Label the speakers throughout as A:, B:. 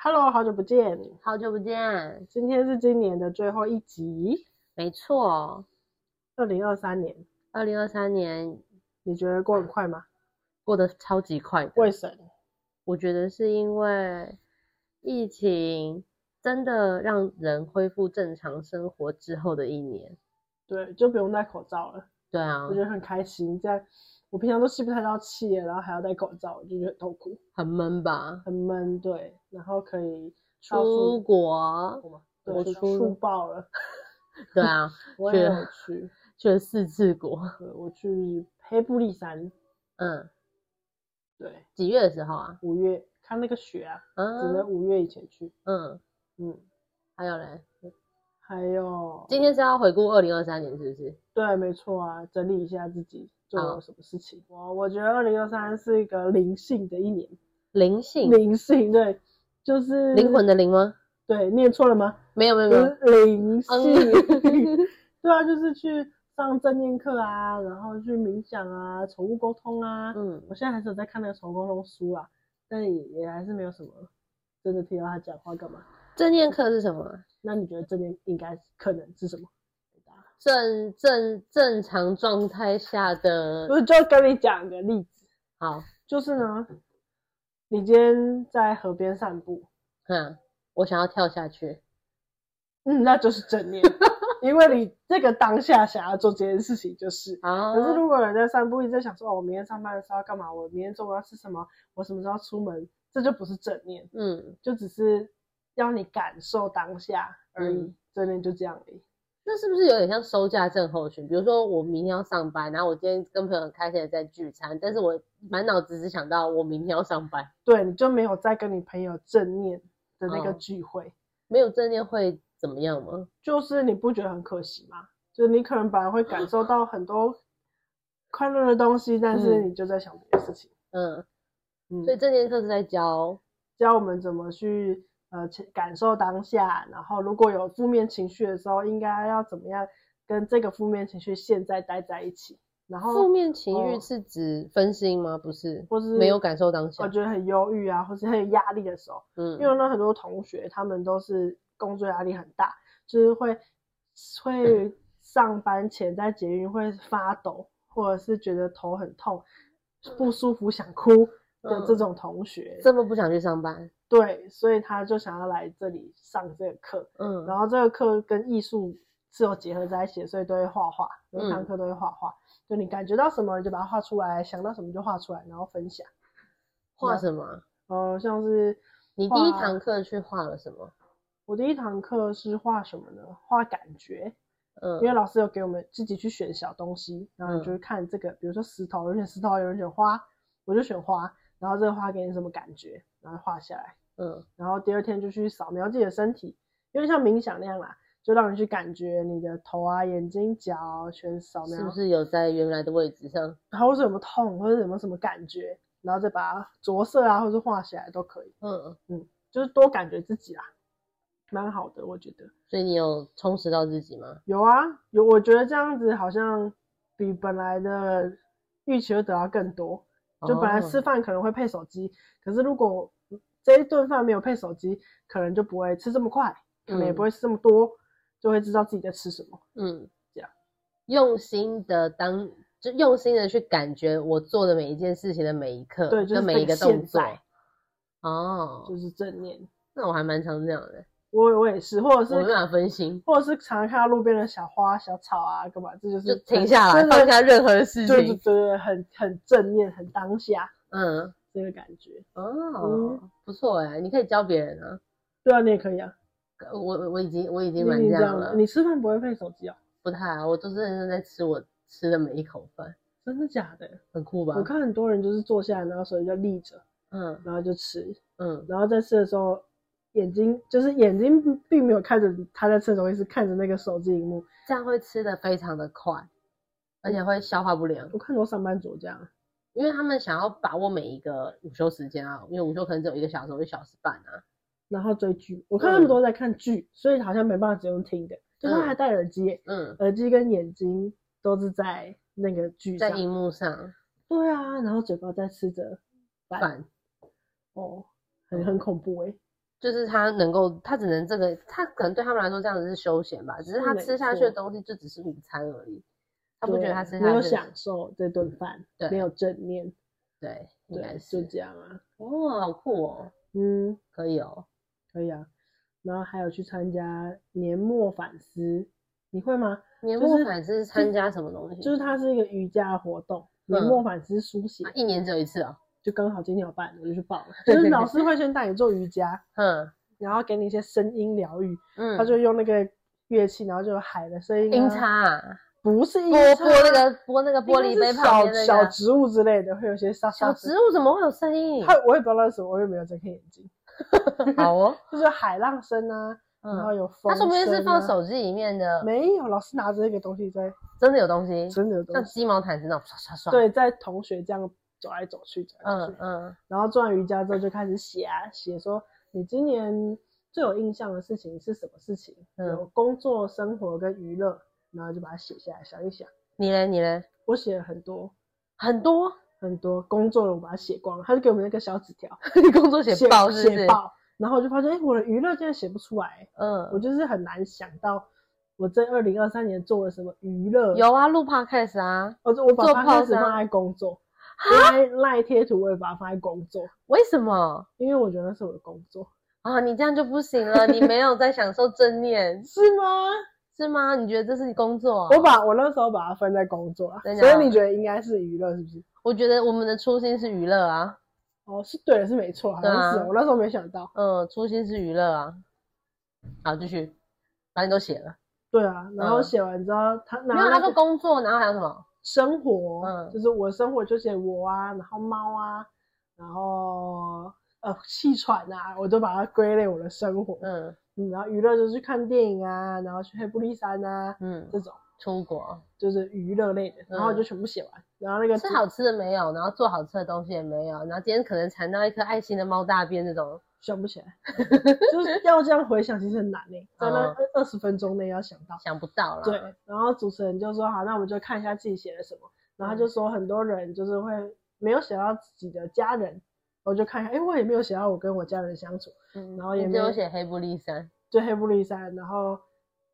A: Hello，好久不见！
B: 好久不见，
A: 今天是今年的最后一集，
B: 没错，
A: 二零二三年，
B: 二零二三年
A: 你觉得过很快吗？
B: 过得超级快的。
A: 为什么？
B: 我觉得是因为疫情真的让人恢复正常生活之后的一年。
A: 对，就不用戴口罩了，
B: 对啊
A: 我觉，得很开心。这样我平常都吸不太到气了，然后还要戴口罩，我就觉得很痛苦，
B: 很闷吧？
A: 很闷。对，然后可以到
B: 出
A: 处
B: 国，
A: 我
B: 我
A: 对去
B: 出
A: 出爆了，
B: 对啊，
A: 我
B: 去
A: 也有
B: 了
A: 去，
B: 去了四次国。
A: 对我去黑布利山，
B: 嗯，
A: 对，
B: 几月的时候啊？
A: 五月看那个雪啊，只能
B: 嗯
A: 五月以前去。
B: 嗯，
A: 嗯，
B: 还有嘞，
A: 还有
B: 今天是要回顾二零二三年，是不是？
A: 对，没错啊，整理一下自己做
B: 好
A: 了什么事情。我我觉得二零二三是一个灵性的一年，
B: 灵性
A: 灵性对，就是
B: 灵魂的灵吗？
A: 对，念错了吗？
B: 没有没有
A: 就
B: 没有，
A: 是灵性，
B: 嗯
A: 对啊，就是去上正念课啊，然后去冥想啊，宠物沟通啊。
B: 嗯
A: 我现在还是有在看那个宠物沟通书啊，但也也还是没有什么真的听到他讲话干嘛。
B: 正念课是什么啊？
A: 那你觉得正念应该可能是什么？
B: 正正正常状态下的
A: 我就跟你讲个例子，
B: 好，
A: 就是呢，你今天在河边散步，
B: 嗯，我想要跳下去，
A: 嗯，那就是正念， 因为你这个当下想要做这件事情就是。
B: 啊
A: 可是如果有人在散步，一直在想说，哦，我明天上班的时候要干嘛？我明天中午要吃什么？我什么时候要出门？这就不是正念，
B: 嗯，
A: 就只是让你感受当下而已。
B: 嗯
A: 正念就这样而已。
B: 那是不是有点像收假症候群？比如说我明天要上班，然后我今天跟朋友很开心的在聚餐，但是我满脑子只想到我明天要上班，
A: 对，你就没有再跟你朋友正念的那个
B: 哦
A: 聚会，
B: 没有正念会怎么样吗？
A: 就是你不觉得很可惜吗？就是你可能本来会感受到很多快乐的东西，但是
B: 嗯
A: 你就在想别的事情。
B: 嗯，
A: 嗯
B: 所以正念课是在教，
A: 教我们怎么去呃去感受当下，然后如果有负面情绪的时候，应该要怎么样跟这个负面情绪现在待在一起，然
B: 负
A: 后
B: 面情绪
A: 哦
B: 是指分心吗？不是，
A: 或是
B: 没有感受当下
A: 我，觉得很忧郁啊，或是很有压力的时候，
B: 嗯
A: 因为我那很多同学他们都是工作压力很大，就是会会
B: 嗯
A: 上班前在捷运会发抖，或者是觉得头很痛、不舒服想哭的这
B: 嗯
A: 种同学，
B: 这么不想去上班，
A: 对，所以他就想要来这里上这个课。
B: 嗯，
A: 然后这个课跟艺术是有结合在一起的，所以都会画画，每
B: 嗯
A: 堂课都会画画。就你感觉到什么你就把它画出来，想到什么就画出来，然后分享。
B: 画什么啊？
A: 呃，像是
B: 你第一
A: 画
B: 堂课去画了什么？
A: 我第一堂课是画什么呢？画感觉，
B: 嗯，
A: 因为老师有给我们自己去选小东西，然后你就看这个，比如说石头，有人选石头，有人选花，我就选花，然后这个花给你什么感觉，然后画下来。
B: 嗯
A: 然后第二天就去扫描自己的身体，有点像冥想那样啦，就让你去感觉你的头啊、眼睛、脚全扫描，
B: 是不是有在原来的位置上？
A: 然后是有没有痛，或者有没有什么感觉，然后再把它着色啊，或者画起来都可以，
B: 嗯，
A: 就是多感觉自己啦，蛮好的，我觉得
B: 所以你有充实到自己吗？
A: 有啊，有，我觉得这样子好像比本来的预期会得到更多，就本来
B: 哦
A: 吃饭可能会配手机，可是如果这一顿饭没有配手机，可能就不会吃这么快，可能也不
B: 嗯
A: 会吃这么多，就会知道自己在吃什么。
B: 嗯，
A: 这样
B: 用心的当，就用心的去感觉我做的每一件事情的每一刻，
A: 对就是
B: 跟每
A: 那
B: 一
A: 个
B: 个动
A: 现
B: 作
A: 在。
B: 哦，
A: 就是正念。
B: 那我还蛮常这样的，
A: 我我也是，或者
B: 我没
A: 是
B: 办法分心，
A: 或者是常常看到路边的小花、小草啊，干嘛，这就是
B: 就停下来，
A: 真的
B: 放下任何的事
A: 对对
B: 情。
A: 对，很很正念，很当下
B: 嗯，
A: 这个感觉。
B: 哦，不错哎，你可以教别人啊。
A: 对啊，你也可以啊，
B: 我我我已经我已
A: 你
B: 经蛮
A: 你
B: 这
A: 这
B: 样
A: 样
B: 了，
A: 你吃饭不会配手机哦？
B: 不太啊好，我都是认真在吃我吃的每一口饭，
A: 真的假的？
B: 很酷吧
A: 我？看很多人就是坐下来，然后手机就立着，
B: 嗯
A: 然后就吃，
B: 嗯，
A: 然后在吃的时候，眼睛就是眼睛并没有看着他在吃的东西，是看着那个手机荧幕。
B: 这样会吃的非常的快，而且会消化不良，
A: 我看很多上班族这样，
B: 因为他们想要把握每一个午休时间啊，因为午休可能只有一个小时或一小时半啊。
A: 然后追剧，我看他们都在看剧，所以好像没办法只用听的，就他
B: 嗯
A: 还戴耳机耶，
B: 嗯，
A: 耳机跟眼睛都是在那个剧
B: 在
A: 上。
B: 荧幕上
A: 对啊，然后嘴巴在吃着饭，
B: 饭，
A: 哦，很很恐怖哎、
B: 就是他能够，他只能这个，他可能对他们来说这样子是休闲吧，只是他
A: 没
B: 吃下去的
A: 错
B: 东西就只是午餐而已，他不觉得
A: 对啊
B: 他吃
A: 没
B: 下
A: 有
B: 去的
A: 享受这顿饭，
B: 对
A: 没有正念，
B: 对，应该
A: 对，就是这样啊。
B: 哦，好酷哦，
A: 嗯，
B: 可以哦，
A: 可以啊。然后还有去参加年末反思，你会吗？
B: 年
A: 就
B: 末
A: 是
B: 反是参加什么东西？
A: 就是它是一个瑜伽的活动，年
B: 嗯
A: 末反思书写，
B: 啊一年只有一次哦，
A: 就刚好今天有办，我就去 报了。就是老师会先带你做瑜伽，
B: 嗯
A: 然后给你一些声音疗愈，
B: 嗯，
A: 他就用那个乐器，然后就有海的声音、
B: 音叉，啊，
A: 不是音
B: 拨
A: 叉，
B: 拨那个拨那个玻璃
A: 应该
B: 杯
A: 是
B: 旁边
A: 小
B: 那
A: 小
B: 个
A: 植物之类的，会有一些沙
B: 小
A: 沙
B: 植物怎么会有声音？
A: 它我也不知道那是什么，我也没有睁开眼睛，
B: 好哦，
A: 就是海浪声啊，然后
B: 嗯，
A: 有风、
B: 他
A: 啊，
B: 说不定是放手机里面的，
A: 没有，老师拿着那个东西在
B: 真的有东西，
A: 真的有
B: 像
A: 东西，
B: 鸡毛掸子那种刷刷刷，，
A: 对，在同学这样走来走去，走来走
B: 嗯
A: 去，
B: 嗯
A: 然后做完瑜伽之后就开始写啊，写说你今年最有印象的事情是什么事情？
B: 嗯
A: 有工作、生活跟娱乐，然后就把它写下来，想一想。
B: 你嘞你嘞，
A: 我写了很多
B: 很多。
A: 很多工作的，我把它写光了。他就给我们那个小纸条，
B: 工作写爆是不
A: 写
B: 是？
A: 爆。然后我就发现，哎、我的娱乐竟然写不出来、我
B: 嗯，
A: 就是很难想到我这二零二三年做了什么娱乐。
B: 有啊，录 podcast 啊，
A: 我哦我把
B: 做
A: 它开始
B: pose 啊
A: 放在工作，赖赖贴图我也把它放在工作，
B: 为什么
A: 因为我觉得那是我的工作，
B: 啊？你这样就不行了，你没有在享受正念，
A: 是吗？
B: 是吗？你觉得这是你工作、啊？
A: 我把我那时候把它分在工作啊，
B: 真的
A: 所
B: 啊
A: 以你觉得应该是娱乐是不是？
B: 我觉得我们的初心是娱乐啊，
A: 哦，是对的，是没错，好
B: 对啊
A: 像是哦、我那时候没想到。
B: 嗯，初心是娱乐啊。好，继续，反正都写了，
A: 对啊，然后
B: 嗯
A: 写完之后，他
B: 没
A: 拿
B: 有他
A: 那
B: 说
A: 个
B: 工作，然后还有什么？
A: 生活，
B: 嗯
A: 就是我生活就写我啊，然后猫啊，然后呃气喘啊，我都把它归类我的生活。
B: 嗯
A: 嗯，然后娱乐就是去看电影啊，然后去黑布利山啊这
B: 嗯，
A: 种。
B: 出国
A: 就是娱乐类的，然后我就全部写完，然后那个
B: 吃嗯好吃的没有，然后做好吃的东西也没有，然后今天可能馋到一颗爱心的猫大便这种，
A: 想不起来， 就是要这样回想，其实很难诶、在那
B: 嗯
A: 二十分钟内要想到。
B: 想不到啦。
A: 对，然后主持人就说好，那我们就看一下自己写了什么，然后
B: 嗯
A: 他就说很多人就是会没有写到自己的家人，我就看一下，哎，我也没有写到我跟我家人相处，
B: 嗯，
A: 然后也
B: 你
A: 没
B: 只有
A: 有
B: 写黑布利山，
A: 就黑布利山，然后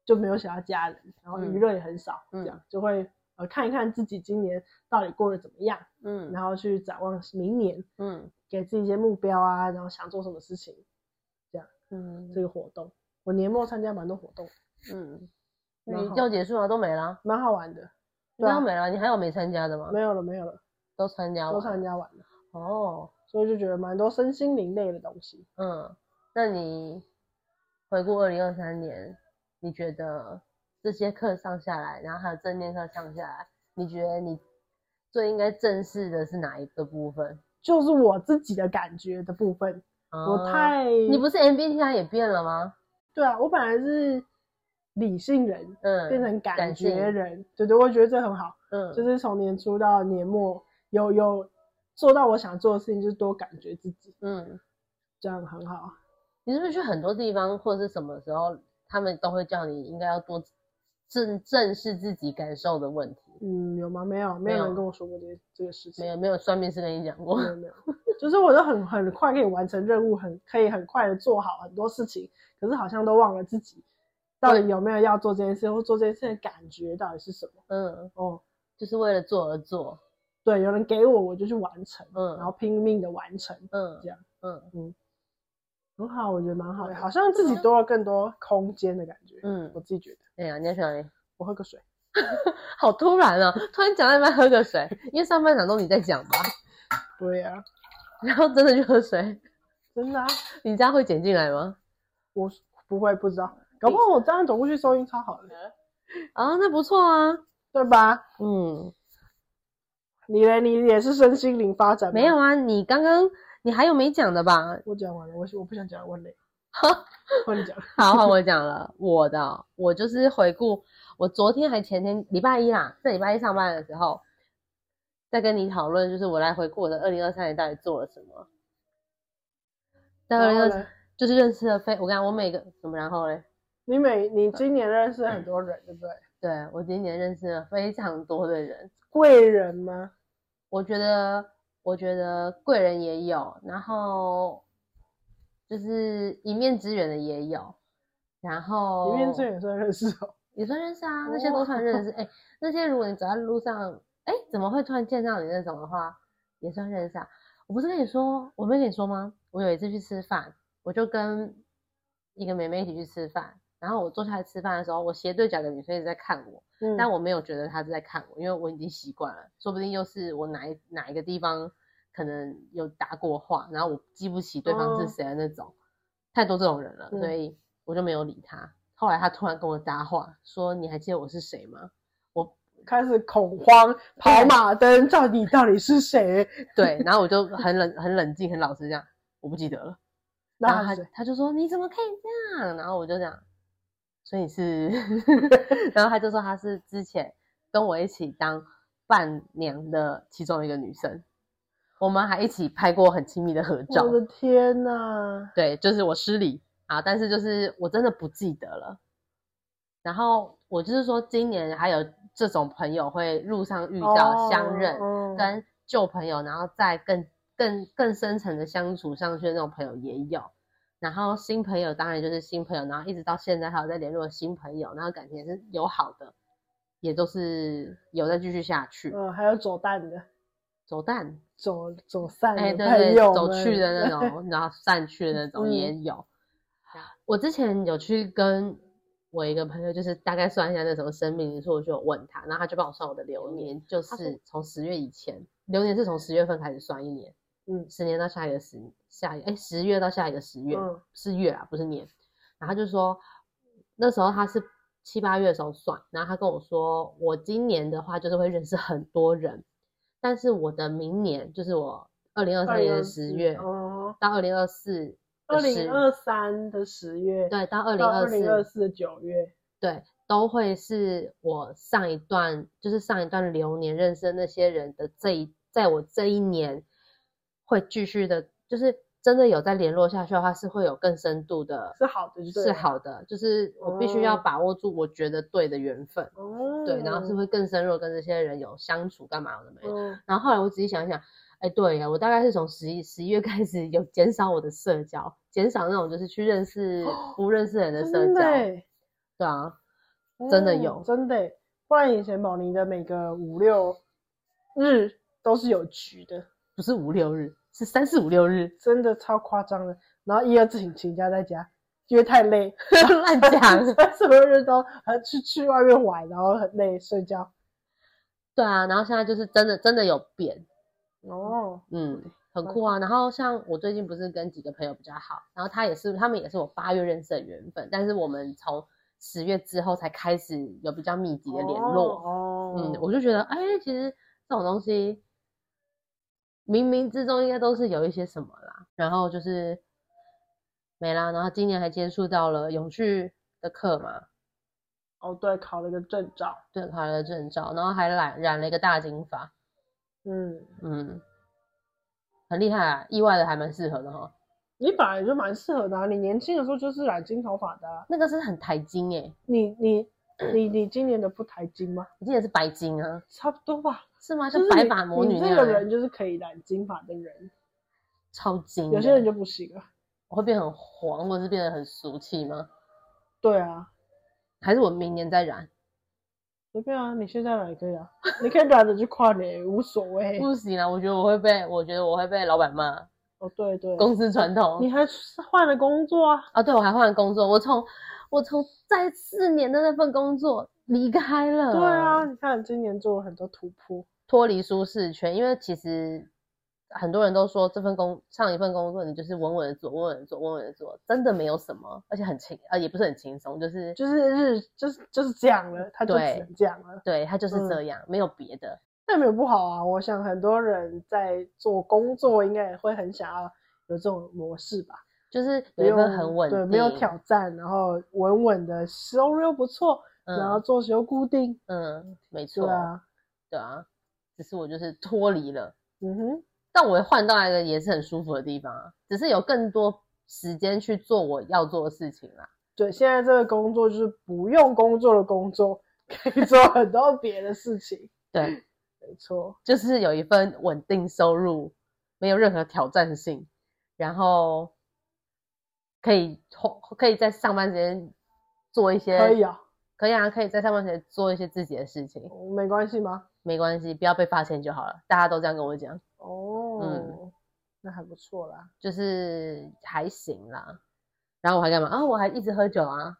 A: 就没有写到家人，然后娱
B: 嗯
A: 乐也很少，
B: 嗯
A: 这样就会呃看一看自己今年到底过得怎么样，
B: 嗯
A: 然后去展望明年。
B: 嗯
A: 给自己一些目标啊，然后想做什么事情，
B: 嗯
A: 这个活动。我年末参加蛮多活动，
B: 嗯，
A: 蛮好
B: 你要结束了都没了，
A: 蛮好玩的。
B: 你
A: 对啊
B: 要没了，你还有没参加的吗？
A: 没有了，没有了，
B: 都参加
A: 都
B: 完
A: 参
B: 了
A: 加完了，
B: 哦，
A: 所以就觉得蛮多身心灵类的东西。
B: 嗯，那你回顾二零二三年，你觉得这些课上下来，然后还有正念课上下来，你觉得你最应该正视的是哪一个部分？
A: 就是我自己的感觉的部分，我
B: 啊
A: 太
B: 你不是 MBTI 也变了吗？
A: 对啊，我本来是理性人，
B: 嗯，
A: 变成感
B: 感性
A: 觉人，对对，我觉得这很好，
B: 嗯，
A: 就是从年初到年末，有有做到我想做的事情，就是多感觉自己，
B: 嗯，
A: 这样很好。
B: 你是不是去很多地方或者是什么时候，他们都会叫你应该要多正正视自己感受的问题？
A: 嗯，有吗？没有，没有
B: 有
A: 人跟我说过这这个事情
B: 没。有没有，算命师跟你讲过
A: 没。有没有， 就是我都很很快可以完成任务，很可以很快的做好很多事情，可是好像都忘了自己到底有没有要做这件事，或做这件事的感觉到底是什么。
B: 嗯，
A: 哦，
B: 就是为了做而做。
A: 对，有人给我，我就去完成，
B: 嗯
A: 然后拼命的完成，
B: 嗯，
A: 这样。
B: 嗯
A: 很好，我觉得蛮好的，好像自己多了更多空间的感觉。我
B: 嗯，
A: 自己觉得。
B: 对呀、你要去哪里？
A: 我喝个水，
B: 好突然哦，突然讲到一半喝个水，因为上半场都你在讲吧，
A: 对呀、啊，
B: 然后真的去喝水，
A: 真的啊，
B: 你家会剪进来吗？
A: 我不会不知道，
B: 嗯
A: 搞不好我这样走过去收音超好的，
B: 啊，那不错啊。
A: 对吧？
B: 嗯，
A: 你嘞，你也是身心灵发展吗
B: 没有？啊，你刚刚你还有没讲的吧？
A: 我讲完了，我我不想讲了，我 累。换你讲。
B: 好，好，我讲了我的，我就是回顾我昨天还前天礼拜一啦，这礼拜一上班的时候，在跟你讨论，就是我来回顾我的二零二三年到底做了什么。在二零
A: 然后
B: 二
A: 呢
B: 就是认识了非，我跟你讲我每个怎么然后嘞，
A: 你每你今年认识很多人，对不对？
B: 对我今年认识了非常多的人，
A: 贵人吗？
B: 我觉得我觉得贵人也有，然后就是一面之缘的也有，然后
A: 里面这也算认识哦。
B: 也算认识啊，那些都算认识。哎、那些如果你走在路上，哎，怎么会突然见到你那种的话，也算认识啊。我不是跟你说，我没跟你说吗？我有一次去吃饭，我就跟一个妹妹一起去吃饭，然后我坐下来吃饭的时候，我斜对角的女生一直在看我，
A: 嗯，
B: 但我没有觉得她是在看我，因为我已经习惯了，说不定又是我哪一哪一个地方可能有打过话，然后我记不起对方
A: 哦
B: 是谁的那种，太多这种人了，
A: 嗯
B: 所以我就没有理他。后来他突然跟我搭话，说：“你还记得我是谁吗
A: 开始恐慌，
B: 嗯
A: 跑马灯，到底到底是谁？？”
B: 对，然后我就很冷、很冷静、很老实这样，我不记得了。然后
A: 那
B: 他
A: 谁
B: 他就说：“你怎么可以这样？”然后我就讲：“所以 你是，然后他就说他是之前跟我一起当伴娘的其中一个女生，我们还一起拍过很亲密的合照
A: 我。的天呐！
B: 对，就是我失礼啊，但是就是我真的不记得了。然后我就是说，今年还有这种朋友会路上遇到相认，
A: 哦
B: 跟旧朋友，然后再更更更深层的相处上去的那种朋友也有。然后新朋友当然就是新朋友，然后一直到现在还有在联络的新朋友，然后感情也是友好的，也都是有再继续下去。
A: 嗯，还有走蛋的，
B: 走蛋，
A: 走走散
B: 哎，
A: 的
B: 对
A: 朋
B: 对，
A: 友
B: 走
A: 们
B: 去的 那，种，然后散去的那
A: 嗯
B: 种也有。我之前有去跟我一个朋友，就是大概算一下那时候生命灵数，我就有问他，然后他就帮我算我的流年，就
A: 嗯他
B: 是
A: 说
B: 从十月以前，流年是从十月份开始算一年，
A: 嗯
B: 十年到下一个十下一哎十月到下一个十月、
A: 嗯
B: 是月啊，不是年。然后他就说那时候他是七八月的时候算，然后他跟我说我今年的话就是会认识很多人，但是我的明年就是我二零二三年的十月、
A: 哦，
B: 到二零二四，
A: 二零二三的十月，
B: 对，到二零
A: 到二
B: 二
A: 零二
B: 四，
A: 四的九月，
B: 对，都会是我上一段就是上一段流年认识的那些人的这一，在我这一年会继续的，就是真的有在联络下去的话，是会有更深度的，
A: 是好的就对
B: 是
A: 了
B: 好的，就是我必须要
A: 哦
B: 把握住我觉得对的缘分，
A: 哦，
B: 对，然后是会更深入地跟这些人有相处，干嘛有的没的。
A: 嗯
B: 然后后来我仔细想一想，哎，对呀，我大概是从十一十一月开始有减少我的社交，减少那种就是去认识不认识人的社
A: 哦真的
B: 交，
A: 欸
B: 对啊，真的
A: 嗯
B: 有
A: 真的欸，不然以前宝妮的每个五六日都是有局的，，
B: 不是五六日，是三四五六日
A: 真的超夸张的。然后一二自请请假在家，因为太累，
B: 乱讲。
A: 三十六日都呃去去外面玩，然后很累，睡觉。
B: 对啊，然后现在就是真的真的有变，
A: 哦，
B: 嗯，很酷啊。然后像我最近不是跟几个朋友比较好，然后他也是他们也是我八月认识的缘分，但是我们从十月之后才开始有比较密集的联络。
A: 哦，
B: 嗯，我就觉得，哎、其实这种东西冥冥之中应该都是有一些什么啦。然后就是没啦，然后今年还接触到了永续的课嘛，
A: 哦对，考了个证照，
B: 对，考了证照，然后还染染了一个大金发，
A: 嗯，
B: 嗯，很厉害啊，意外的还蛮适合的哈。
A: 你本来就蛮适合的、啊，你年轻的时候就是染金头发的啊、
B: 那个是很台金诶、
A: 你你你你今年的不抬金吗？
B: 我记得是白金啊，
A: 差不多吧，
B: 是吗？
A: 就
B: 就是白
A: 你
B: 发魔
A: 你
B: 女那
A: 这个
B: 样欸，
A: 人就是可以染金发的人，
B: 超金的。
A: 有些人就不行了。
B: 我会变很黄，或者是变得很俗气吗？
A: 对啊，
B: 还是我明年再染？
A: 随便啊，你现在染也可以啊，你可以染着去跨年，无所谓。
B: 不行啊，我觉得我会被，我觉得我会被老板骂，
A: 哦，对对，
B: 公司传
A: 你
B: 统
A: 还换了工作啊？
B: 啊。对，我还换了工作，我从我从在四年的那份工作离开了，
A: 对啊，，你看你今年做了很多突破，
B: 脱离舒适圈，因为其实很多人都说这份工上一份工作你就是稳稳的做，稳稳的做，稳稳的做，真的没有什么，而且很轻，呃，也不是很轻松，就是
A: 就是日就是就是这样了，他就只
B: 对
A: 能这样了。
B: 对他就是
A: 嗯
B: 这样，没有别的。
A: 那没有不好啊，我想很多人在做工作，应该也会很想要有这种模式吧。
B: 就是
A: 不
B: 有一个
A: 用
B: 很稳
A: 对，
B: 定，
A: 没有挑战，然后稳稳的收入又不错，
B: 嗯，
A: 然后作息又固定，
B: 嗯，没
A: 对
B: 错，
A: 啊，
B: 对啊，只是我就是脱离了。
A: 嗯哼，
B: 但我换到一个也是很舒服的地方啊，只是有更多时间去做我要做的事情啦。
A: 对，现在这个工作就是不用工作的工作， 可以做很多别的事情，
B: 对，
A: 嗯没错，
B: 就是有一份稳定收入，没有任何挑战性，然后可以可以在上班时间做一些
A: 可以啊，哦
B: 可以啊，可以在上班时间做一些自己的事情，
A: 没关系吗？
B: 没关系，不要被发现就好了。大家都这样跟我讲，
A: 哦，
B: 嗯
A: 那还不错啦。
B: 就是还行啦。然后我还干嘛啊？我还一直喝酒啊，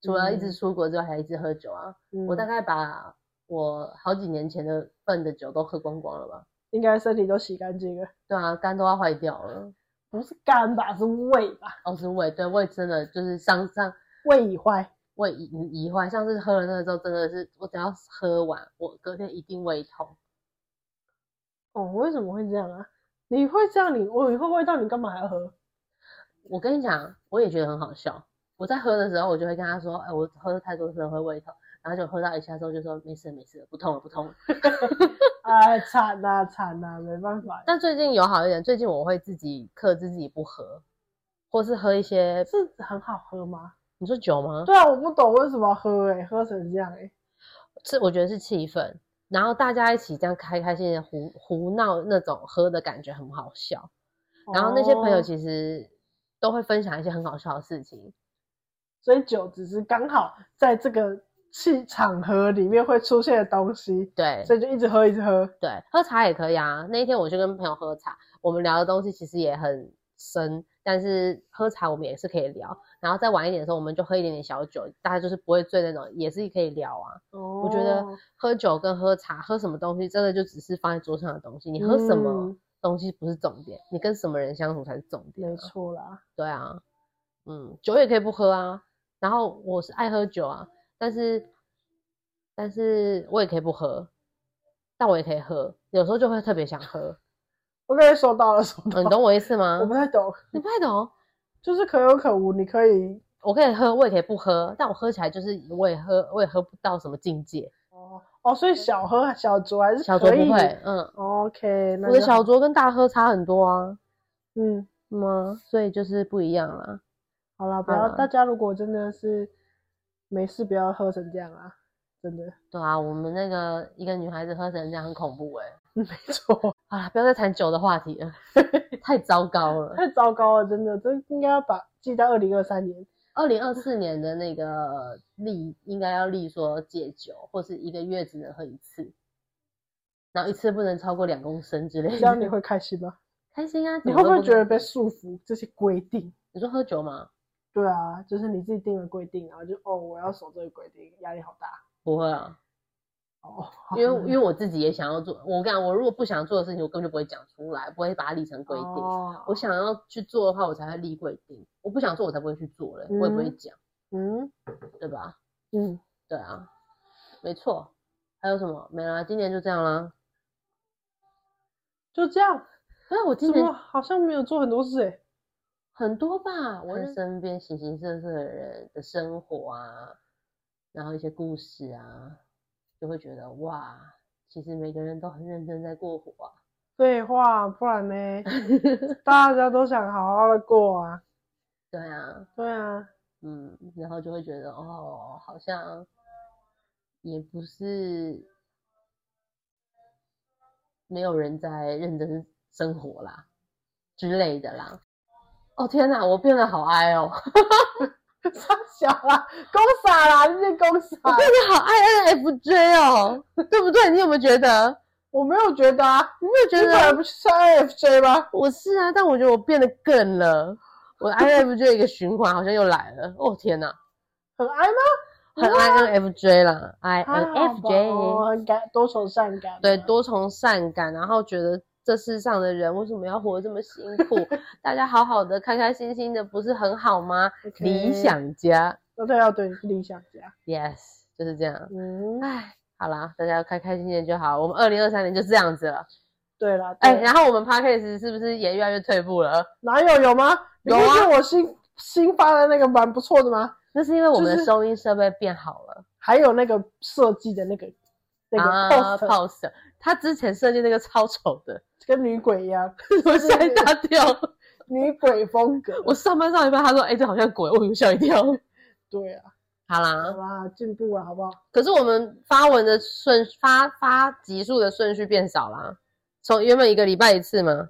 B: 除了一直
A: 嗯
B: 出国之外，还一直喝酒啊。我
A: 嗯
B: 大概把我好几年前的份的酒都喝光光了吧？
A: 应该身体都洗干净了，
B: 对啊，肝都要坏掉了。
A: 不是肝吧，是胃吧，
B: 哦，是胃，对胃真的就是上上
A: 胃已坏。
B: 胃已已坏，上次喝了那个之后，真的是我只要喝完，我隔天一定胃痛。
A: 哦，为什么会这样啊？你会这样，你我你会不会到你干嘛还要喝？
B: 我跟你讲，我也觉得很好笑。我在喝的时候，我就会跟他说：“哎，我喝太多真的会胃痛。”然后就喝到一下之后就说：“没事没事，不痛了不痛了。
A: 哎，惨呐、惨呐、没办法”。
B: 但最近有好一点，最近我会自己克制自己不喝，或是喝一些
A: 是很好喝吗？
B: 你说酒吗？
A: 对啊，我不懂为什么要喝哎、喝成这样哎、
B: 是我觉得是气氛，然后大家一起这样开开心心地胡胡闹那种喝的感觉很好笑。然后那些朋友
A: 哦
B: 其实都会分享一些很好笑的事情，
A: 所以酒只是刚好在这个气场合里面会出现的东西，
B: 对
A: 所以就一直喝一直喝。
B: 对，喝茶也可以啊。那一天我去跟朋友喝茶，我们聊的东西其实也很深，但是喝茶我们也是可以聊。然后再晚一点的时候，我们就喝一点点小酒，大家就是不会醉那种，也是可以聊啊。
A: 哦
B: 我觉得喝酒跟喝茶，喝什么东西真的就只是放在桌上的东西，你喝什么
A: 嗯
B: 东西不是重点，你跟什么人相处才是重点、
A: 没
B: 啊。
A: 错啦，
B: 对啊，嗯，酒也可以不喝啊。然后我是爱喝酒啊，但是但是我也可以不喝，但我也可以喝，有时候就会特别 想喝。
A: 我刚才收到了，收到
B: 嗯，你
A: 了，
B: 懂我意思吗
A: 我？不太懂，
B: 你不太懂，
A: 就是可有可无，你可以
B: 我可以喝，我也可以不喝，但我喝起来就是我也喝，我也喝不到什么境界。
A: 哦哦，所以小喝小酌还是
B: 小酌
A: 可以
B: 不会，嗯，
A: OK，那
B: 我的
A: 就
B: 小
A: 好
B: 酌跟大喝差很多啊，
A: 嗯，
B: 嗯，所以就是不一样啦。
A: 好啦，不要
B: 啦
A: 大家如果真的是没事，不要喝成这样啊，真的，
B: 对啊，我们那个一个女孩子喝成这样很恐怖哎、
A: 没错，
B: 啊，不要再谈酒的话题 了，太糟糕了。
A: 太糟糕了，真的，真应该要把记在二零二三年，
B: 二零二四年的那个例应该要立说戒酒，或是一个月只能喝一次，然后一次不能超过两公升之类
A: 这样你
B: 的。
A: 会开心吗？
B: 开心啊！
A: 你
B: 怎
A: 会
B: 么
A: 不
B: 都
A: 会觉得
B: 能
A: 被束缚这些规定？
B: 你说喝酒吗？
A: 对啊，就是你自己定了规定，然后就哦，我要守这个规定，压力好大
B: 不会啊，
A: 哦。
B: 因为因为我自己也想要做。我跟你讲，我如果不想做的事情，我根本就不会讲出来，不会把它立成规定。
A: 哦
B: 我想要去做的话，我才会立规定；我不想做，我才不会去做嘞，我也不会
A: 嗯
B: 讲，
A: 嗯
B: 对吧？
A: 嗯，
B: 对啊，没错。还有什么？没了，今年就这样啦。
A: 就这样，
B: 可啊是我
A: 怎
B: 今年
A: 么好像没有做很多事哎、
B: 很多吧，我
A: 看
B: 认身边形形色色的人的生活啊，然后一些故事啊，就会觉得哇，其实每个人都很认真在过活啊。
A: 废话，不然 呢？大家都想好好的过啊。
B: 对啊，
A: 对啊，
B: 嗯，然后就会觉得哦，好像也不是没有人在认真生活啦之类的啦。哦天哪，我变得好哀哦，
A: 傻小啦，公傻啦，你是公傻
B: 我。变得好哀 INFJ 哦，对不对？你有没有觉得？
A: 我没有觉得啊，
B: 你没有觉
A: 你本来
B: 得
A: 不是 INFJ 吗？
B: 我是啊？但我觉得我变得更了，我 INFJ 一个循环好像又来了。哦天哪，
A: 很爱吗？
B: 很 INFJ 啦
A: 啊我
B: ，INFJ，
A: 哦很感多愁善感啊嘛。
B: 对，多重善感，然后觉得这世上的人为什么要活得这么辛 苦？大家好好的，开开心心的，不是很好吗
A: OK
B: 理想家
A: 哦。对啊，对，你是理想家。
B: ，yes，就是这样。
A: 嗯，
B: 唉，好啦，大家开开心心就好。我们二零二三年就这样子了。
A: 对啦，
B: 哎、
A: 对
B: 然后我们 podcast 是不是也越来越退步了？
A: 哪有有吗？
B: 有啊
A: 你不是我新新发的那个蛮不错的吗？
B: 那是因为我们
A: 就
B: 的
A: 是
B: 收音设备变好了。
A: 还有那个设计的那个那个 post，、
B: 啊、post，他之前设计那个超丑 的，
A: 跟女鬼一样，
B: 我吓一大跳。
A: 女鬼风格。
B: 我上班上一半，他说：“哎、这好像鬼。”我又吓一跳。
A: 对啊，
B: 好
A: 好
B: 啦，
A: 啦，进步了，好不好？
B: 可是我们发文的顺发发集数的顺序变少啊啦，从原本一个礼拜一次嘛，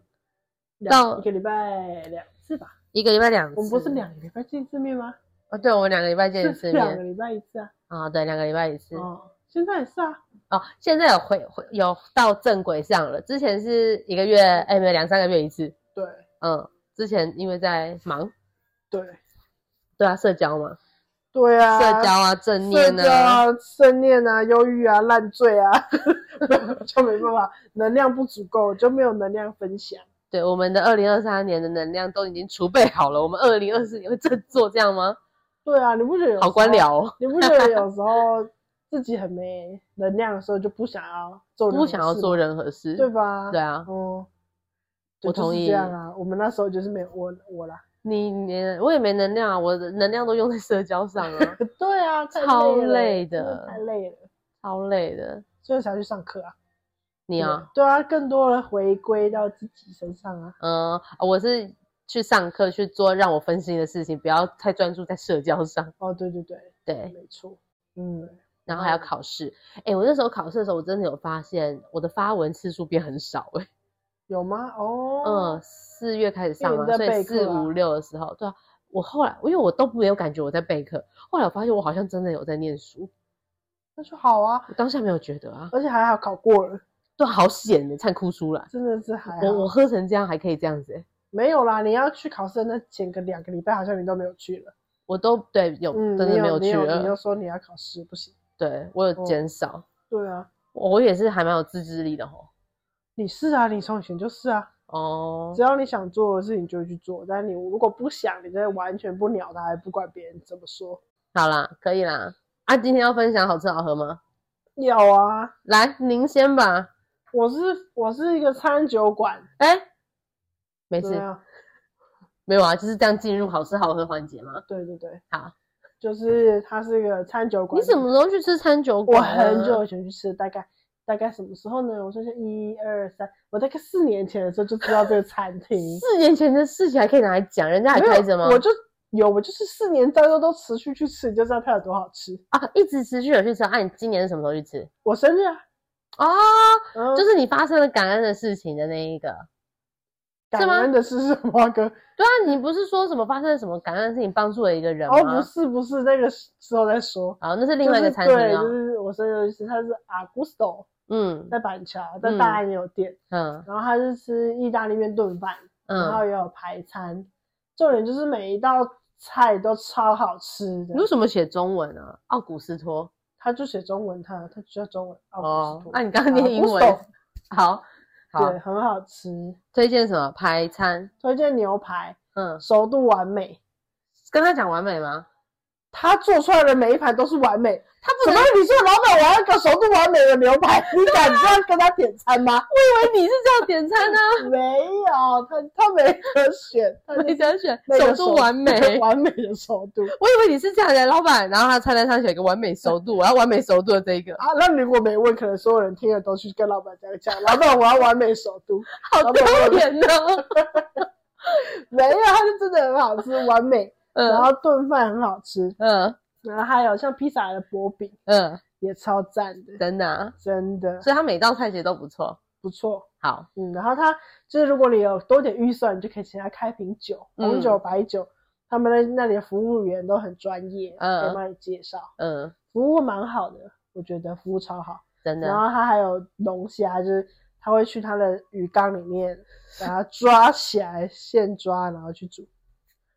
A: 两
B: 到
A: 一个礼拜两次吧。
B: 一个礼拜两次。
A: 我们不是两个礼拜见一次面吗？
B: 哦，对，我们两个礼拜见一次
A: 是两个
B: 面
A: 礼拜一次啊。
B: 啊、对，两个礼拜一次。
A: 哦，现在也是啊。
B: 哦，现在有回回有到正轨上了，之前是一个月，哎，没有两三个月一次。
A: 对
B: 嗯，之前因为在忙，
A: 对
B: 对啊，社交嘛，
A: 对啊，
B: 社交啊，正念
A: 社交
B: 啊，
A: 啊、正念啊、忧郁啊、烂醉啊，就没办法，能量不足够，就没有能量分享。
B: 对，我们的二零二三年的能量都已经储备好了，我们二零二四年会振作，这样吗？
A: 对啊，你不觉得有
B: 好官
A: 时候？
B: 僚哦，
A: 你不觉得有时候自己很没能量的时候，就不想要做，
B: 不想要做，任何事，
A: 啊对吧？
B: 对啊，
A: 哦，
B: 我
A: 就是
B: 同意
A: 这样啊，我们那时候就是没有我我啦。，
B: 你你我也没能量啊，我的能量都用在社交上啊
A: 对啊，太累
B: 超
A: 了
B: 累
A: 真
B: 的
A: 太累了，
B: 超累的。
A: 所以才去上课啊。
B: 你啊，
A: 对啊，更多的回归到自己身上啊。
B: 嗯、啊我是去上课去做让我分心的事情，不要太专注在社交上。
A: 哦，对对对，
B: 对，
A: 没错，嗯，
B: 然后还要
A: 嗯
B: 考试。哎、我那时候考试的时候，我真的有发现我的发文次数变很少、欸。
A: 有吗？哦，
B: 嗯，四月开始上
A: 因为
B: 嘛，
A: 你在
B: 所以
A: 备
B: 四
A: 课啊
B: 五六的时候，对啊，我后来因为我都没有感觉我在备课，后来我发现我好像真的有在念书，
A: 那就好啊，
B: 我当下没有觉得啊，
A: 而且还好考过了，
B: 对啊，好险的，差点哭出来。
A: 真的是还
B: 我我
A: 好。
B: 喝成这样还可以这样子欸、
A: 没有啦，你要去考试的那前个两个礼拜，好像你都没有去了。
B: 我都对有
A: 嗯，
B: 真的没
A: 你
B: 有
A: 有你
B: 去
A: 有你又
B: 了，
A: 说你要考试，不行。
B: 对我有
A: 哦
B: 减少，
A: 对啊，
B: 我也是还蛮有自制力的吼。
A: 你是啊，你从以前就是啊，
B: 哦
A: 只，要你想做的事情就会去做，但你如果不想，你真的完全不鸟他，还不管别人怎么说。
B: 好啦，可以啦。啊，今天要分享好吃好喝吗？
A: 有啊，
B: 来，您先吧。
A: 我是我是一个餐酒馆，
B: 哎、没
A: 对
B: 事，
A: 啊，
B: 没有啊，就是这样进入好吃好喝环节 嘛。
A: 对对对，
B: 好，
A: 就是它是一个餐酒馆。
B: 你什么时候去吃餐酒
A: 我
B: 馆啊、
A: 很久以前去吃，大概大概什么时候呢？我说是一二三，我大概四年前的时候就知道这个餐厅。
B: 四年前的事情还可以拿来讲，人家还
A: 没有
B: 开着吗？
A: 我就有，我就是四年当中都持续去吃，你就知道它有多好吃。
B: 啊，一直持续有去吃。啊，你今年是什么时候去吃？
A: 我生日啊，
B: 哦，
A: 嗯、
B: 就是你发生了感恩的事情的那一个。
A: 感
B: 是吗
A: 恩的事是什么啊哥？
B: 对啊，你不是说什么发生了什么感恩的事情帮助了一个人吗？
A: 哦，不是不是，那个时候再说。
B: 好，那是另外一个餐厅
A: 就是、对，
B: 哦。
A: 就是我生日去吃，它是 Augusto
B: 嗯
A: 在板桥，在大安也有店，
B: 嗯
A: 然后它是吃意大利面炖饭，然后
B: 嗯，
A: 也有排餐，重点就是每一道菜都超好吃的
B: 你。为什么写中文啊？奥古斯托
A: 他就写中文，他他就叫中文。
B: 哦
A: 哦，，
B: 那、你刚刚念英文，
A: Augusto，
B: 好好
A: 对，很好吃，
B: 推荐什么排餐？
A: 推荐牛排，
B: 嗯，
A: 熟度完美。
B: 跟他讲完美吗？
A: 他做出来的每一盘都是完美。
B: 他不
A: 怎
B: 能
A: 么？你说老板我要一个熟度完美的牛排，你敢这样跟他点餐 吗？
B: 以为你是这样点餐呢、啊，
A: 没有，他他没得选，他
B: 你
A: 就
B: 想选
A: 那
B: 手
A: 个
B: 度完美。
A: 完美的熟度
B: 我以为你是这样的老板，然后他菜单上写一个完美熟度，我要完美熟度的这一个，
A: 啊！那你如果没问，可能所有人听了都去跟老板这样讲，老板我要完美熟度，
B: 好丢脸哦。
A: 没有，他就真的很好吃，完美，然
B: 嗯
A: 后炖饭很好吃，
B: 嗯
A: 然后还有像披萨的薄饼
B: 嗯，
A: 也超赞的，
B: 真的、啊，
A: 真的
B: 所以他每道菜其实都不错。
A: 不错。
B: 好，
A: 嗯，然后他就是如果你有多点预算，你就可以请他开瓶酒，红酒、
B: 嗯
A: 白酒，他们那那里的服务员都很专业，
B: 嗯
A: 可以帮你介绍，
B: 嗯，
A: 服务蛮好的，我觉得服务超好。
B: 真的
A: 然。后他还有龙虾，就是他会去他的鱼缸里面把它抓起来，现抓，然后去煮。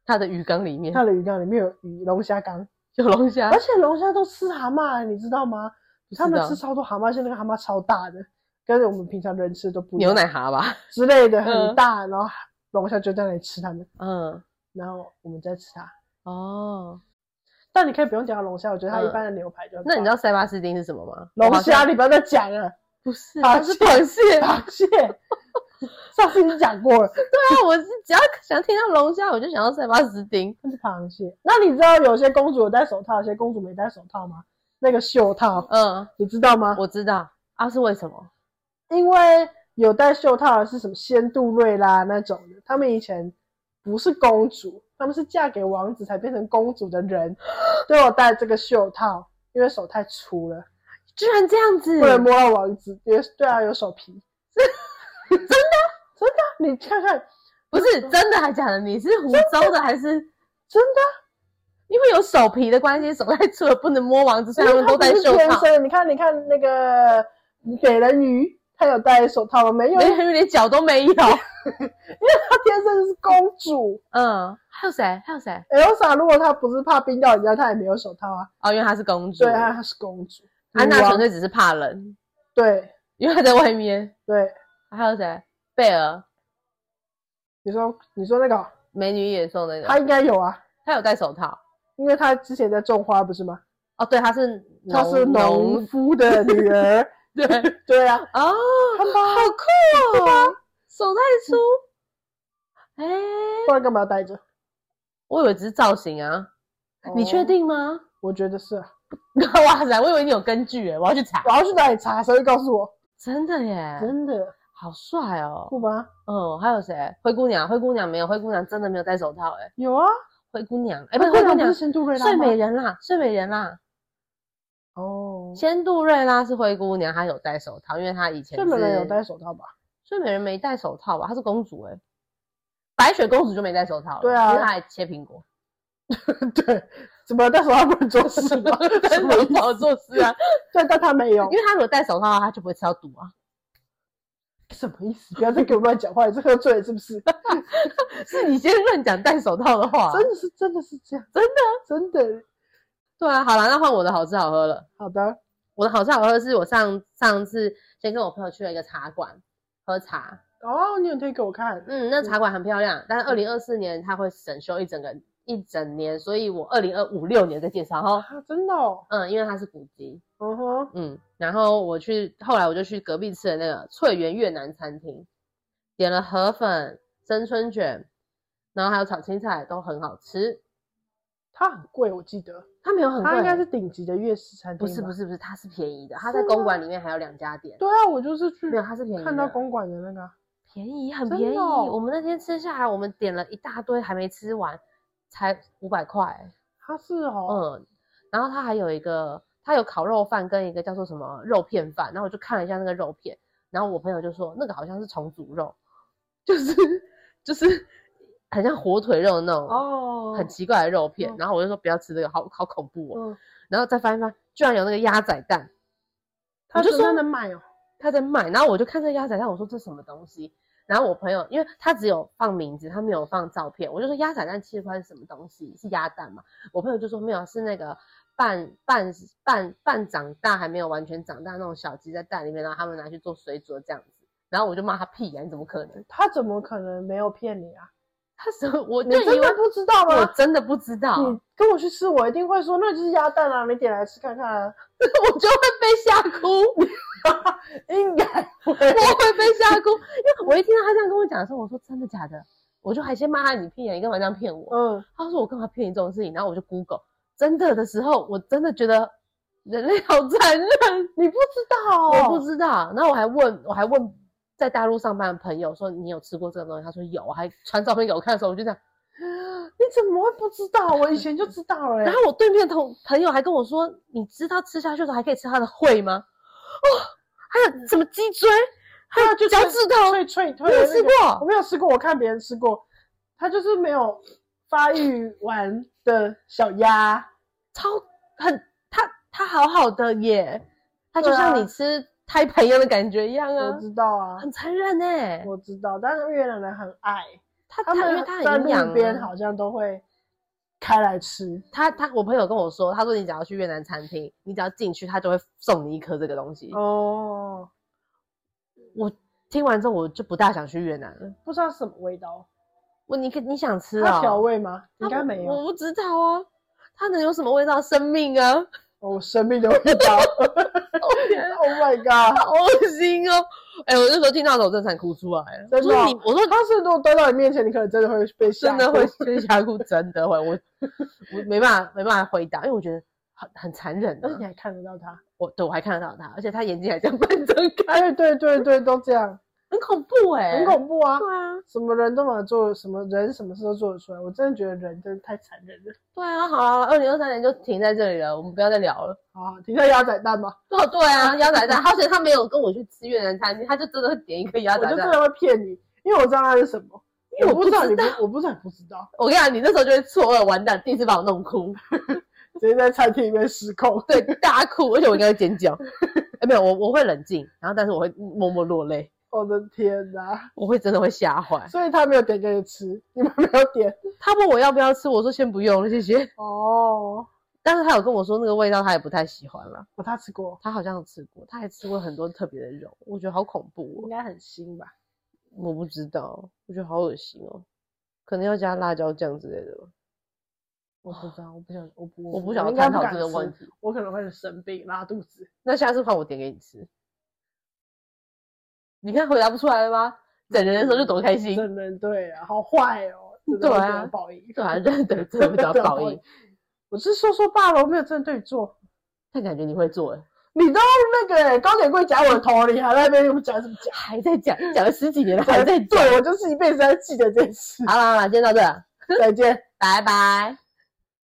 B: 它的鱼缸里面
A: 他的鱼缸里面有鱼龙虾缸，
B: 有龙虾
A: 而，且龙虾都吃蛤蟆，啊你知道吗？
B: 知
A: 他们
B: 道
A: 吃超多蛤蟆，像那个蛤蟆超大的，跟我们平常人吃的都不一
B: 牛
A: 样。
B: 奶蛤吧？
A: 之类的
B: 嗯
A: 很大，然后龙虾就在那里吃它们，
B: 嗯，
A: 然后我们再吃它。
B: 哦，
A: 但你可以不用讲到龙虾，我觉得它
B: 嗯
A: 一般的牛排就很
B: 那你知道
A: 棒
B: 塞巴斯丁是什么吗？我好
A: 龙
B: 像
A: 虾，你不要再讲 了，
B: 不是，
A: 螃
B: 它是螃蟹。对
A: 螃蟹。上次已经讲过了，
B: 啊，我是只要想听到龙虾，我就想到塞巴斯丁。
A: 那是螃蟹。那你知道有些公主有戴手套，有些公主没戴手套吗？那个袖套，
B: 嗯，
A: 你知道吗？
B: 我知道啊，是为什么？
A: 因为有戴袖套的是什么仙杜瑞拉那种的，他们以前不是公主，他们是嫁给王子才变成公主的人， 都有戴这个袖套，因为手太粗了。
B: 居然这样子
A: 不，能摸到 王子，因为对啊有手皮，真的真的，你看看
B: 不是真的还假的？你是湖州的还是真的？因为有手皮的关系，手袋除了不能摸王子，所以他们都戴
A: 因为它
B: 袖
A: 不是天
B: 套。
A: 生的，你看，你看那个美人鱼，她有戴手套吗？没有，因为
B: 连连脚都没有。
A: 她天生是公主。
B: 嗯，还有谁？还有谁？
A: Elsa 如果她不是怕冰到人家，她也没有手套啊。
B: 哦，因为她是公主。
A: 对啊，她是公主。
B: 安娜
A: 女王
B: 纯粹只是怕冷，
A: 对
B: 因为她在外面。
A: 对，
B: 还有谁？贝尔，
A: 你说你说那个，
B: 美女与野兽那
A: 她
B: 个，
A: 应该有啊，
B: 她有戴手套。
A: 因为她之前在种花不是吗？
B: 哦，对，她是
A: 她是农
B: 农
A: 夫的女儿。
B: 对
A: 对啊，
B: 哦，
A: 看吧
B: 好酷哦，手袋出。哎，
A: 不然干嘛要戴着？
B: 我以为只是造型啊， 你确
A: 哦？
B: 定吗？
A: 我觉得是啊。
B: 哇塞，我以为你有根据哎，我要去查
A: 我。要去哪里查？谁会告诉我？
B: 真的耶，
A: 真的
B: 好帅哦。
A: 不吗？
B: 嗯，还有谁？灰姑娘，灰姑娘没有，灰姑娘真的没有戴手套哎。
A: 有啊，
B: 灰姑娘，哎，
A: 哎
B: 不是灰姑
A: 不
B: 娘
A: 是，仙杜瑞拉
B: 睡
A: 吗
B: 美人啦，睡美人啦。
A: 哦，
B: 仙杜瑞拉是灰姑娘，她有戴手套，因为她以前
A: 睡美人有
B: 是
A: 戴手套吧？
B: 睡美人没戴手套吧？她是公主哎、白雪公主就没戴手套了，
A: 对啊
B: 因为她还切苹果，？
A: 对，怎么戴手套不能做事吗
B: 但
A: 什
B: 是
A: 么意
B: 不
A: 思？
B: 好做事啊，
A: 对， 但他没有
B: 因，为她如果戴手套，她就不会吃到毒啊。
A: 什么意思？不要再给我乱讲话，你是喝醉了是不 是？
B: 是你先乱讲戴手套的话，
A: 真的是，真的是这样，
B: 真的
A: 真的。
B: 对啊。好了，那换我的好吃好喝了。
A: 好的，
B: 我的好吃好喝是我上上次先跟我朋友去了一个茶馆喝茶，
A: 哦，你有推给我看，
B: 嗯，那茶馆很漂亮，但是二零二四年它会整修一整个一整年，所以我二零二五六年再介绍哈。
A: 啊，真的哦，
B: 嗯，因为它是古迹，
A: 嗯哼，
B: 嗯，然后我去，后来我就去隔壁吃的那个翠园越南餐厅，点了河粉、生春卷，然后还有炒青菜，都很好吃。
A: 它很贵，我记得，
B: 它没有很贵，
A: 它应该是顶级的粤式餐厅，
B: 不是不
A: 是？
B: 是不是，它是便宜的，它在
A: 是
B: 公
A: 吗
B: 馆里面还有两家店，
A: 对啊，我就是去
B: 没有，它是便宜的。
A: 看到公馆的那个啊，
B: 便宜，很
A: 真
B: 便宜。
A: 的哦
B: 我们那天吃下来，我们点了一大堆，还没吃完，才五百块。欸
A: 它是哦，
B: 嗯，然后它还有一个，它有烤肉饭跟一个叫做什么肉片饭，然后我就看了一下那个肉片，然后我朋友就说那个好像是重组肉，就是 就是很像火腿肉的那种
A: 哦
B: 嗯很奇怪的肉片，
A: 嗯
B: 然后我就说不要吃这个，好好恐怖哦。
A: 嗯，
B: 然后再翻一翻，居然有那个鸭仔蛋，
A: 他
B: 我就
A: 真的
B: 说
A: 能买哦，
B: 他在卖，然后我就看这鸭仔蛋，我说这什么东西？然后我朋友，因为他只有放名字，他没有放照片，我就说鸭仔蛋七十块是什么东西？是鸭蛋嘛？我朋友就说没有，是那个半半半半长大还没有完全长大那种小鸡在蛋里面，然后他们拿去做水煮的这样子。然后我就骂他屁呀、你怎么可能？
A: 他怎么可能没有骗你啊？
B: 他什么？我
A: 你
B: 就以
A: 真
B: 为
A: 的不知道
B: 我
A: 吗？嗯
B: 真的不知道，
A: 你跟我去吃，我一定会说那就是鸭蛋啊，你点来吃看看啊，
B: 我就会被吓哭。
A: 应该会。
B: 我会被吓哭，因为我一听到他这样跟我讲的时候，我说真的假的，我就还先骂他你屁呀、你干嘛这样骗 我？
A: 嗯，
B: 他说我干嘛骗你这种事情？然后我就 Google 真的的时候，我真的觉得人类好残忍，
A: 你不知道哦，
B: 我不知道。然后我还问，我还问在大陆上班的朋友说你有吃过这个东西？他说有，还传照片给我看的时候，我就这样。
A: 你怎么会不知道？我以前就知道了、欸。
B: 然后我对面的同朋友还跟我说，你知道吃下去的时候还可以吃它的喙吗？哦，还有什么鸡椎，还有
A: 嗯啊就是
B: 脚趾头，
A: 欸脆脆脆
B: 没
A: 的
B: 有
A: 那
B: 吃
A: 个，我
B: 过。
A: 没有吃过，我看别人吃过，它就是没有发育完的小鸭，
B: 超很，它它好好的耶，它就
A: 对啊
B: 像你吃胎盘一样的感觉一样
A: 我
B: 啊，
A: 知道啊，
B: 很残忍哎。
A: 我知道。但是越南人很爱，
B: 它
A: 他
B: 它因
A: 们
B: 为它
A: 在
B: 很营养
A: 路边
B: 啊
A: 好像都会开来吃。
B: 他他我朋友跟我说，他说你只要去越南餐厅，你只要进去，他就会送你一颗这个东西。
A: 哦，
B: 我听完之后，我就不大想去越南了。
A: 不知道什么味道，
B: 我你可你想吃啊、
A: 它调味吗？
B: 它
A: 应该没有。
B: 我不知道啊，它能有什么味道？生命啊，
A: 哦，生命的味 道。oh my god！
B: 好恶心哦！哎、我那时候听到的时候，我真的想哭出来了。
A: 真的
B: 我说
A: 哦
B: 你，我说
A: 它是如果端到你面前，你可能真的会被吓
B: 真的
A: 哭
B: 会被吓哭，真的会，我 我没办法没办法回答，因为我觉得很很残忍、
A: 而且你
B: 啊。
A: 还看得到它。
B: 我对我还看得到他，而且他眼睛还这样半 睁开，
A: 哎，对对对，都这样，
B: 很恐怖哎、
A: 很恐怖啊！
B: 对啊。
A: 什么人都嘛做，什么人什么事都做得出来。我真的觉得人真的太残忍了。
B: 对啊，好啊，二零二三年就停在这里了，我们不要再聊了。
A: 好，停下鸭仔蛋吧，
B: 哦，对 啊，鸭仔蛋，而且他没有跟我去吃越南餐厅，他就真的会点一个鸭
A: 我
B: 仔
A: 就真
B: 蛋。
A: 的会骗你，因为我知道它是什么。
B: 因为我
A: 不
B: 不知道
A: 你不，我不是很不知道，
B: 我跟你讲，你那时候就会错愕，完蛋，第一次把我 弄哭，
A: 直接在餐厅里面失控。
B: 对，大哭，而且我应该会尖叫。 哎、没有，我我会冷静，然后但是我会默默落泪，
A: 我的天哪！
B: 我会真的会吓坏。
A: 所以他没有点给你吃，你们没有点
B: 他问我要不要吃，我说先不用了，谢谢。
A: 哦。
B: 但是他有跟我说那个味道他也不太喜欢了，
A: 我他吃过，
B: 他好像有吃过，他还吃过很多特别的肉，我觉得好恐怖、
A: 应
B: 哦，
A: 该很腥吧？
B: 我不知道，我觉得好恶心哦，可能要加辣椒酱之类的吧。
A: 我不知道，我不想，我不，
B: 我不想要
A: 应该
B: 探
A: 不
B: 讨
A: 敢
B: 这个
A: 吃
B: 问题，
A: 我可能会生病拉肚子。
B: 那下次换我点给你吃，你看回答不出来了吧？整人的时候就多开心，
A: 真的对啊，好坏哦，真的
B: 对
A: 会
B: 啊
A: 得报应，
B: 对啊，认得真的比较
A: 得
B: 报应。。
A: 我是说说罢了，我没有针对你做。
B: 但感觉你会做、欸，
A: 你都那个、欸、高铁柜夹我的头，你还在那边又讲什么讲？
B: 还在讲，讲了十几年了，还在讲。
A: 对我就是一辈子在记得这件事。
B: 好啦好啦，今天到这，
A: 再见。
B: 拜拜。